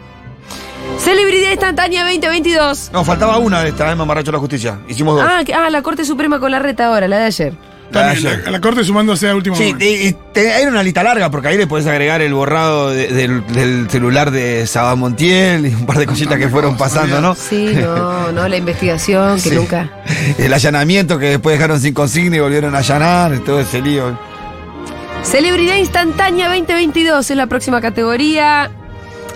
Celebridad instantánea 2022.
No, faltaba una de esta, ¿eh? Mamarracho de la Justicia. Hicimos dos.
Ah, que- ah, la Corte Suprema con la reta ahora, la de ayer.
También,
Ah, sí.
la, la corte sumándose a último
Sí,
momento.
y- y te- era una lista larga, porque ahí le podés agregar el borrado de- del, del celular de Sabá Montiel y un par de cositas que fueron pasando, ¿no?
Sí, no, no, la investigación que
Sí.
nunca.
El allanamiento que después dejaron sin consigna y volvieron a allanar, todo ese lío.
Celebridad instantánea 2022 es la próxima categoría.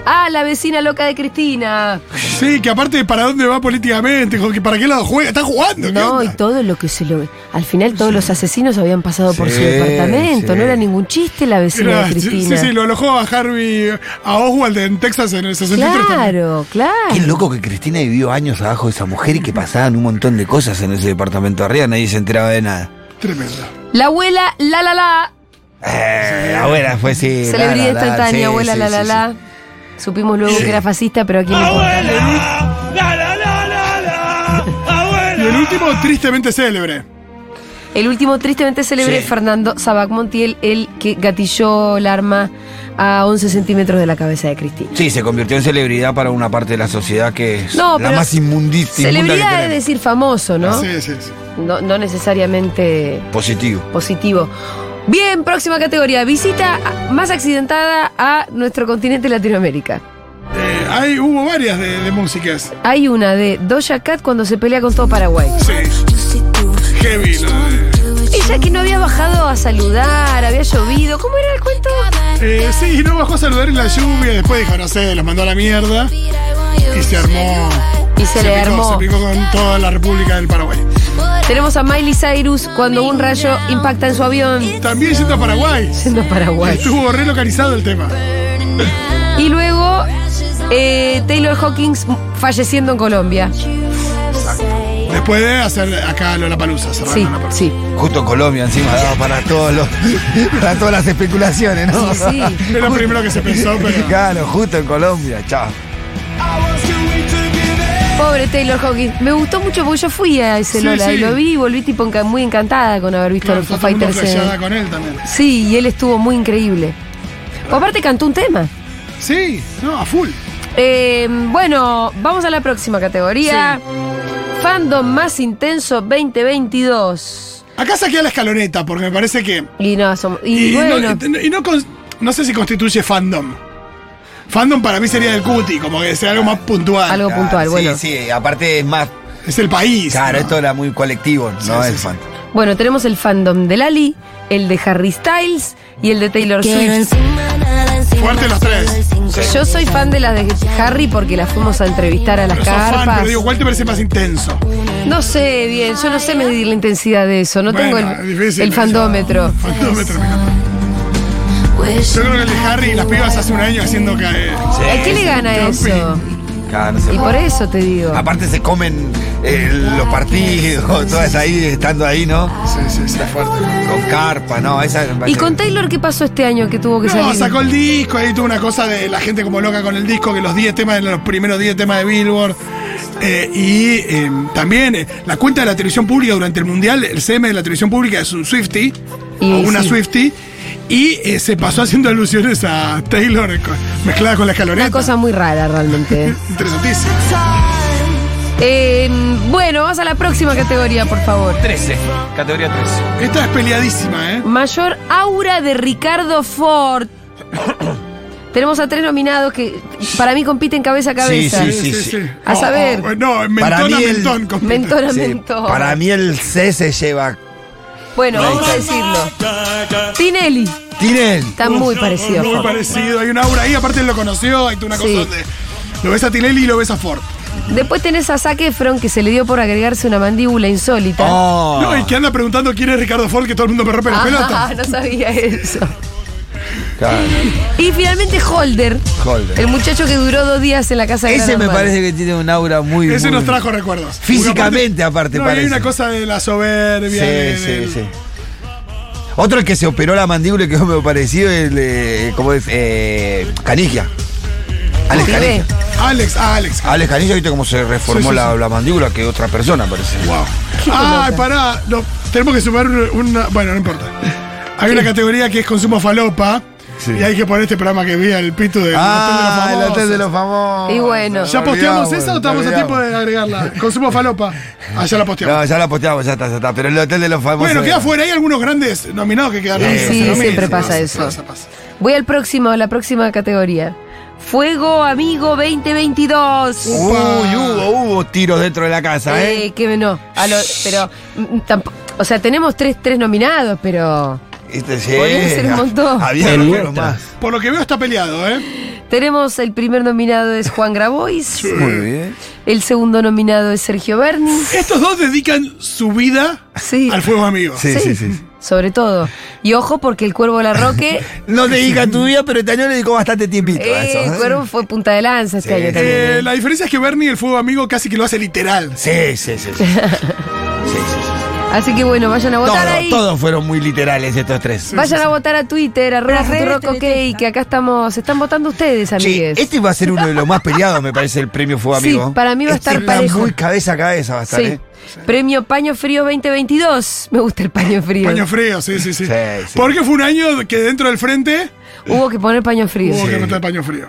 Ah, la vecina loca de Cristina.
Sí, que aparte, ¿para dónde va políticamente? Con que- ¿Para qué lado juega? Está jugando. ¿qué
No,
onda?
y todo lo que se lo. Al final, todos los asesinos habían pasado por su
Sí,
departamento.
sí.
No era ningún chiste la vecina
Era-
de Cristina.
Sí, sí, lo alojó a Harvey, a Oswald en Texas en el 63 también.
claro, claro.
Qué loco que Cristina vivió años abajo de esa mujer y que pasaban un montón de cosas en ese departamento arriba, nadie se enteraba de nada.
Tremendo.
La abuela, la la la.
Eh, la abuela fue sí.
Celebridad
la, la, la,
instantánea,
sí,
abuela,
sí,
la
sí,
la
sí.
la. Supimos luego
Sí.
que era fascista, pero aquí no
Y el último, tristemente célebre.
El último tristemente célebre
Sí.
Fernando Sabac Montiel, el que gatilló el arma a 11 centímetros de la cabeza de Cristina.
Sí, se convirtió en celebridad para una parte de la sociedad que es
No,
la
pero
más inmundicia.
Celebridad es decir famoso, ¿no?
Sí, sí, sí.
No, no necesariamente
Positivo.
positivo. Bien, próxima categoría. Visita a- más accidentada a nuestro continente Latinoamérica.
Eh, hay, hubo varias de, de músicas.
Hay una de Doja Cat cuando se pelea con todo Paraguay.
Sí. Heavy, lo de-
Ella que no había bajado a saludar, había llovido. ¿Cómo era el cuento?
Eh, sí, no bajó a saludar en la lluvia, después dijo, no sé, los mandó a la mierda. Y se armó.
Y se, le
picó,
armó.
Se picó con toda la República del Paraguay.
Tenemos a Miley Cyrus cuando un rayo impacta en su avión.
También yendo a Paraguay.
Yendo a Paraguay.
Estuvo relocalizado el tema.
Y luego eh, Taylor Hawkins falleciendo en Colombia.
Después de hacer acá la Palusa.
Sí, sí.
Justo en Colombia encima daba para todos los, para todas las especulaciones, ¿no?
Sí, sí.
Era lo primero que se pensó, pero.
Claro, justo en Colombia, chao.
Pobre Taylor Hawkins. Me gustó mucho porque yo fui a ese
Sí,
Lola y
sí.
lo vi y volví tipo enca- muy encantada con haber visto a los Foo
fue una
Fighters. en-
flasheada con él también.
Sí, y él estuvo muy increíble. Aparte cantó un tema.
Sí, no, a full.
Eh, bueno, vamos a la próxima categoría. Fandom más intenso 2022.
Acá saqué a la escaloneta porque me parece que.
Y no, somos- y bueno.
no, y no con- no sé si constituye fandom. Fandom para mí sería del cuti, como que sea algo más puntual.
Algo
Claro, sí, Sí, aparte es más.
Es el país.
Claro, esto era muy colectivo, no es fan.
Bueno, tenemos el fandom de Lali, el de Harry Styles y el de Taylor Swift.
Fuerte los tres.
Yo soy fan de las de Harry porque las fuimos a entrevistar a las
Pero sos fan,
carpas.
pero digo, ¿cuál te parece más intenso?
No sé bien, yo no sé medir la intensidad de eso, no tengo
Bueno,
el,
es difícil,
el
¿no?
fandómetro.
Fandómetro, me encanta. Yo creo que el de Harry y las pibas hace un año haciendo que. eh,
¿A qué le gana eso?
Claro, no se
Y por
puede.
eso te digo.
Aparte se comen eh, los partidos, todas ahí, estando ahí, ¿no? Sí, sí, está fuerte. Con carpa, ¿no? Esa
¿Y con Taylor qué pasó este año que tuvo que
No,
salir?
sacó el disco, ahí tuvo una cosa de la gente como loca con el disco, que los 10 temas, eran los primeros 10 temas de Billboard. Eh, y eh, también eh, la cuenta de la televisión pública durante el Mundial, el CM de la televisión pública es un Swifty,
Y
o una
sí.
Swifty, y eh, se pasó haciendo alusiones a Taylor eh, con- mezclada con la escaloneta.
Una cosa muy rara realmente.
Interesantísimo.
Eh, bueno, vamos a la próxima categoría, por favor.
13, categoría 13.
Esta es peleadísima, ¿eh?
Mayor aura de Ricardo Ford. Tenemos a tres nominados que para mí compiten cabeza a cabeza. A
Oh,
saber.
oh, no, mentón
Para
a
mí el-
mentón. compite.
Mentón a mentón.
Para mí el C se lleva.
Bueno, vamos a decirlo. Tinelli.
Tinelli.
Está muy parecido. a
Muy
Ford.
parecido, hay un aura ahí, aparte él lo conoció, hay una cosa
Sí.
donde lo ves a Tinelli y lo ves a Ford.
Después tenés a Zac Efron que se le dio por agregarse una mandíbula insólita.
Oh,
No, y que anda preguntando quién es Ricardo Ford, que todo el mundo me rompe la
Ah,
pelota.
no sabía eso.
Claro,
Y finalmente Holder,
Holder.
el muchacho que duró dos días en la casa de
Ese
Gran
me
Hermano.
parece que tiene un aura muy.
Ese
muy-
nos trajo recuerdos.
Físicamente, aparte,
no, y hay
parece.
una cosa de la soberbia. de-
Sí,
de-
sí, sí. Otro que se operó la mandíbula y que me pareció es el. eh, ¿Cómo es? Eh, Canigia. Alex
Pibe.
Canigia.
Alex, Alex.
Alex Canigia, viste cómo se reformó
Sí, sí,
La, la mandíbula que otra persona parece. Wow.
Ay, Ah, pará. no, tenemos que sumar un- una. Bueno, no importa. Hay una categoría que es consumo falopa. Y hay que poner este programa que vi el pito de
Ah,
Hotel de los
el hotel de
Famosos.
los famosos.
Y bueno.
¿Ya posteamos esa o estamos a
olvidamos.
tiempo de agregarla? Consumo falopa. Ah, ya la posteamos.
No, ya la posteamos, ya está, ya está. Pero el hotel de los famosos.
bueno, queda
era.
fuera. Hay algunos grandes nominados que quedaron.
Sí,
se
sí,
nominan.
siempre pasa eso. Voy al próximo, a la próxima categoría. Fuego Amigo 2022.
Uy, hubo, hubo tiros dentro de la casa, ¿eh?
Eh, que no. a lo- pero mm, tampo- o sea, tenemos tres, tres nominados, pero
Este
podría ser un montón.
Había
En
rockeros
nuestra.
más.
Por lo que veo está peleado, ¿eh?
tenemos el primer nominado es Juan Grabois,
Muy bien.
el segundo nominado es Sergio Berni.
Estos dos dedican su vida
Sí.
al fuego amigo.
Sí, sí, sí.
Sobre todo. Y ojo, porque el Cuervo Larroque,
No te diga tu vida, pero este año le dedicó bastante tiempito a
eh,
eso.
el Cuervo fue punta de lanza este
Sí,
año
sí.
también.
Eh, la diferencia es que Bernie el fuego amigo casi que lo hace literal.
Sí, sí, sí. sí. Sí, sí, sí.
Así que bueno, vayan a votar
Todo-
ahí.
todos fueron muy literales estos tres.
Vayan a votar a Twitter, arroba Futurock OK, que acá estamos, están votando ustedes,
Che,
amigues.
este va a ser uno de los más peleados, me parece, el premio Fuego
Sí,
Amigo.
para mí va a
Este
estar
está
parejo.
muy cabeza a cabeza va a estar,
Sí.
¿eh?
Premio Paño Frío 2022. Me gusta el paño frío.
Paño frío, sí, sí, sí.
Sí, sí.
Porque fue un año que dentro del frente
Hubo que poner paño frío.
hubo que meter paño frío.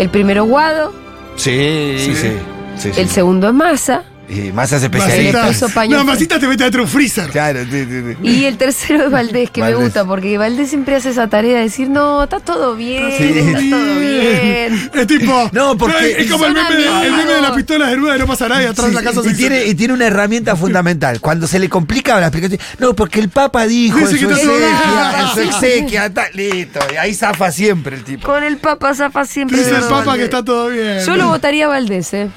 El primero Guado,
Sí, sí, sí. sí,
el segundo es Masa
Y más hace
Masita.
especialista.
Le puso paño
no,
frío.
Masita te mete dentro de un freezer.
Claro, sí, sí, sí.
y el tercero es Valdés, que me
Valdés.
gusta porque Valdés siempre hace esa tarea de decir, no, está todo bien,
Sí.
está todo bien.
Es tipo.
No, porque-
es- es como el
Son
meme, de, el meme de la
amigos.
pistola de Neruda de no pasa nada y atrás
Sí,
la casa
y,
se
tiene, y tiene una herramienta fundamental. Cuando se le complica la explicación, no, porque el Papa dijo
Dice
en su
que está todo
exequia,
bien.
en su exequia, tal, listo. Y ahí zafa siempre el tipo.
Con el Papa Zafa siempre.
Dice el
de
Papa
Valdés.
que está todo bien.
Yo lo votaría a Valdés, ¿eh?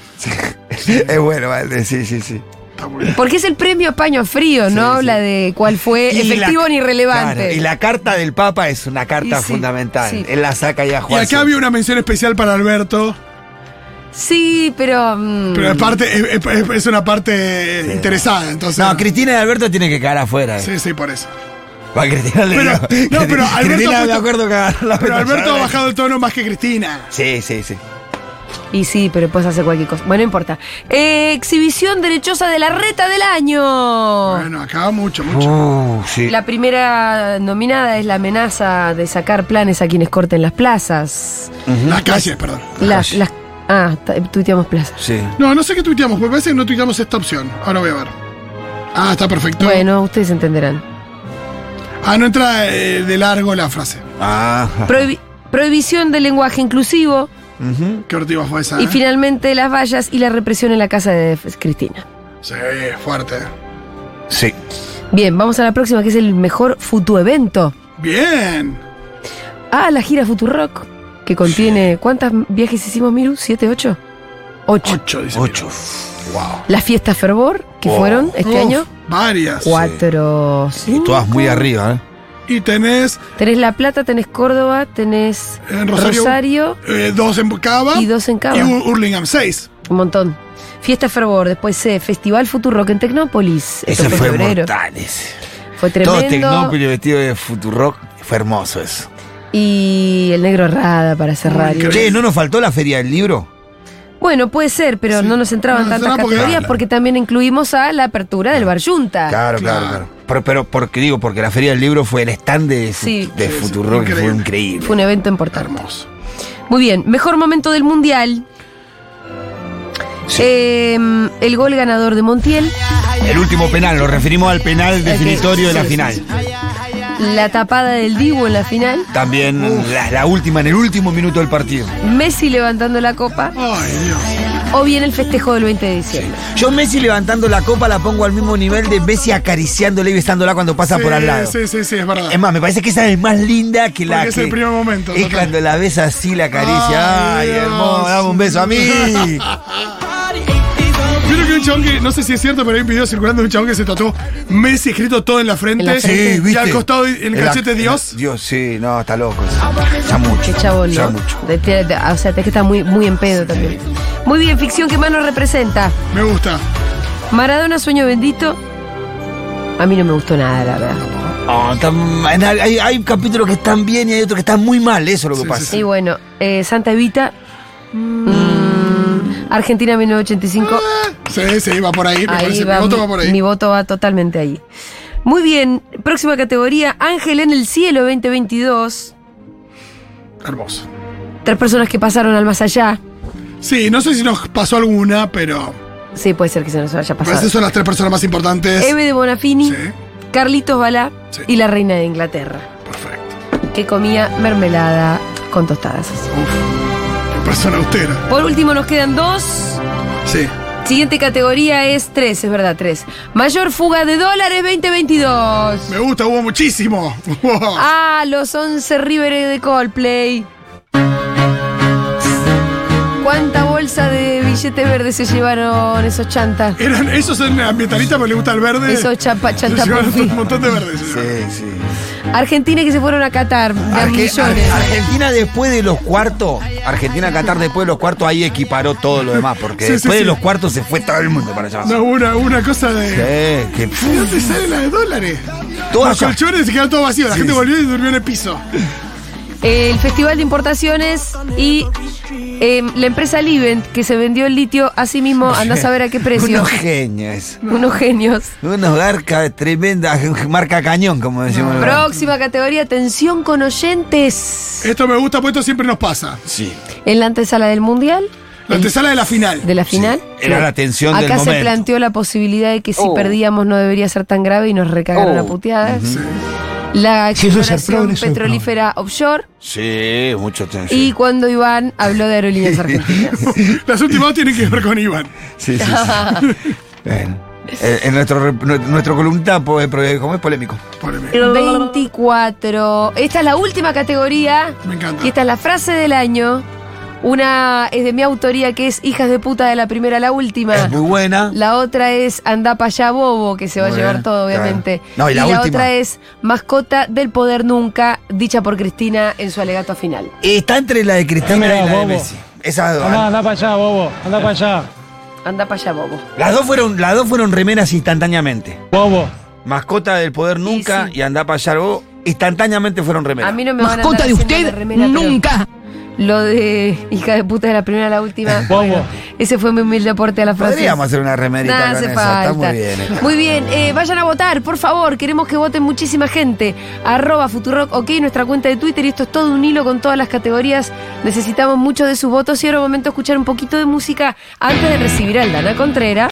es bueno, vale, sí, sí, sí.
Porque es el premio Paño Frío, no habla de cuál fue
Y
Eh, efectivo
la-
ni relevante.
claro, y la carta del Papa es una carta
Y sí,
fundamental.
sí.
Él la saca y a
Y
Juan.
acá había una mención especial para Alberto,
Sí, pero. mm,
pero es, parte, es, es- es una parte interesada, entonces.
No, Cristina y Alberto tienen que caer afuera. eh.
Sí, sí, por eso.
Va, Cristina le
Pero-
dio-
no, pero
Cristina,
Alberto
Cristina, me
puso-
acuerdo que agarró la
Pero Alberto ha
petañada.
bajado el tono más que Cristina.
Sí, sí, sí.
Y sí, pero puedes hacer cualquier cosa. Bueno, no importa. Eh, exhibición derechosa de la reta del año.
Bueno, acá mucho, mucho.
Uh, sí.
La primera nominada es la amenaza de sacar planes a quienes corten las plazas.
Las calles, perdón.
Las, las- ah, ta- tuiteamos plazas.
Sí.
No, no sé qué tuiteamos, porque parece que no tuiteamos esta opción. Ahora voy a ver. Ah, está perfecto.
Bueno, ustedes entenderán.
Ah, no entra eh, de largo la frase.
Ah.
Prohibi- prohibición del lenguaje inclusivo
Qué ortiva fue esa.
y
eh?
finalmente las vallas y la represión en la casa de F- Cristina.
Sí, fuerte.
Sí.
Bien, vamos a la próxima que es el mejor futuevento.
Bien.
Ah, la gira Futurock, que contiene. ¿Cuántos viajes hicimos, Miru? ¿Siete, ocho? Ocho.
Ocho, dice.
Ocho.
Wow.
Las fiestas Fervor, que
Oh.
fueron este
Uf,
año.
Varias.
Cuatro. cinco.
Todas muy arriba, ¿eh?
Y tenés
Tenés La Plata, tenés Córdoba, tenés
En
Rosario,
Rosario, eh, dos en Cava
y dos en Cava.
y Ur- Hurlingham, seis.
Un montón. Fiesta Fervor, después eh, Festival Futurock en Tecnópolis. Esto
Ese fue
febrero.
mortal, ese.
Fue
Todo
tremendo.
Tecnópolis vestido de Futurock. Fue hermoso eso.
Y el negro Rada para cerrar.
Che, ¿no nos faltó la feria del libro?
Bueno, puede ser, pero no nos entraban
No nos
tantas
entraba porque-
categorías porque también incluimos a la apertura del Bar Yunta.
Claro, claro, claro. Pero, pero porque digo, porque la feria del libro fue el stand de,
Sí.
de Futurock, que fue
increíble.
increíble.
Fue un evento importante.
Hermoso.
Muy bien, mejor momento del Mundial.
Sí.
Eh, el gol ganador de Montiel,
El último penal, lo referimos al penal definitorio de la final.
la tapada del Divo en la final,
También la, la última, en el último minuto del partido.
Messi levantando la copa
Ay, Dios.
o bien el festejo del 20 de diciembre.
Yo Messi levantando la copa la pongo al mismo nivel de Messi acariciándola y besándola cuando pasa
Sí,
por al lado.
Sí, sí, sí, es verdad.
Es más, me parece que esa es más linda que la
Porque es
que-
el primer momento,
Es
total.
cuando la ves así, la acaricia. Ay,
Ay, Dios.
hermoso, dame un beso a mí.
Vieron que un chabón que, no sé si es cierto, pero hay un video circulando de un chabón que se tatuó Messi escrito todo en la frente.
En la frente.
Sí,
Y
¿viste?
al costado el
El ac-
cachete Dios.
Dios, sí, no, está loco. eso. Ya mucho.
Qué chabón,
Ya
¿no?
mucho.
De- de- de- o sea, es que está muy, muy en pedo también. Muy bien, ficción que más nos representa.
Me gusta.
Maradona, sueño bendito. A mí no me gustó nada, la verdad.
No, tan- hay, hay capítulos que están bien y hay otros que están muy mal, eso es lo que pasa.
Y bueno, eh, Santa Evita. mm, Argentina 1985.
Sí, sí, va por ahí. Ah, Me
Ahí
parece.
va,
mi voto va por ahí.
Mi voto va totalmente ahí. Muy bien, próxima categoría, Ángel en el Cielo 2022.
Hermoso.
Tres personas que pasaron al más allá.
Sí, no sé si nos pasó alguna, pero.
Sí, puede ser que se nos haya
Me parece
pasado.
que son las tres personas más importantes.
Eve de Bonafini,
Sí,
Carlitos Balá
Sí.
y la reina de Inglaterra,
perfecto.
que comía mermelada con tostadas.
Uf, qué persona austera.
Por último nos quedan dos.
Sí.
Siguiente categoría es tres, es verdad, tres. Mayor fuga de dólares 2022.
Me gusta, hubo muchísimo. Wow.
Ah, los 11 River de Coldplay. ¿Cuánta bolsa de billetes verdes se llevaron esos chantas?
Eran, esos son ambientalistas, pero le gusta el verde.
Esos chapa,
Le
chantas por
llevaron
fin.
un montón de verdes.
Sí, sí.
Argentina que se fueron a Qatar de a
Arge-
millones.
Ar- Argentina después de los cuartos, Argentina Qatar después de los cuartos ahí equiparó todo lo demás, porque
Sí, sí,
después de
sí.
los cuartos se fue todo el mundo para allá.
No, una, una cosa de.
Sí, que-
¿De dónde sale la de dólares?
Todo
Los
allá.
colchones se quedaron todos vacíos. La
Sí,
gente
sí.
volvió y durmió en el piso.
El Festival de Importaciones y eh, la empresa Livent que se vendió el litio a sí mismo, anda a saber a qué precio.
Unos genios.
Unos genios.
Unos garcas tremenda, marca cañón, como decimos. nosotros.
Próxima categoría, atención con oyentes.
Esto me gusta, pues esto siempre nos pasa.
Sí.
En la antesala del Mundial.
La antesala de la final.
de la final.
Era la tensión
Acá
del
se
momento.
planteó la posibilidad de que si
Oh.
perdíamos no debería ser tan grave y nos recagaron a puteadas. La
Si eso es ser
exploración
progre, eso es
petrolífera offshore
Sí, mucho tensión.
y cuando Iván habló de aerolíneas argentinas.
Las últimas dos tienen que ver con Iván.
Sí, sí, sí. Bueno, eh, en nuestro, re- nu- nuestro columna, po- eh, pro- como es polémico.
Poneme.
24. Esta es la última categoría
Me encanta.
y esta es la frase del año. Una es de mi autoría que es Hijas de puta de la primera a la última.
Es muy buena.
La otra es Andá pa' allá bobo, que se va
Muy
a llevar
bien,
todo,
claro.
obviamente.
No, y la última.
otra es Mascota del Poder Nunca, dicha por Cristina en su alegato final.
Está entre la de Cristina
Dámela,
y la de
bobo.
Messi. Esas dos. ah,
Andá, andá para allá, bobo, andá para allá.
Andá pa' allá bobo.
Las dos fueron, las dos fueron remeras instantáneamente.
Bobo.
Mascota del poder nunca
sí.
y andá para allá vos, instantáneamente fueron remeras.
A mí no me van a andar haciendo la remera, pero Lo de hija de puta de la primera a la última.
Bobo.
bueno, ese fue mi humilde aporte a la frase.
Podríamos hacer una remerita
Nada
con
hace
esa,
falta.
está muy bien. esta.
Muy bien, eh, vayan a votar, por favor. Queremos que voten muchísima gente. Arroba Futurock, ok, nuestra cuenta de Twitter. Y esto es todo un hilo con todas las categorías. Necesitamos mucho de sus votos. Y ahora momento de escuchar un poquito de música antes de recibir a Aldana Contreras.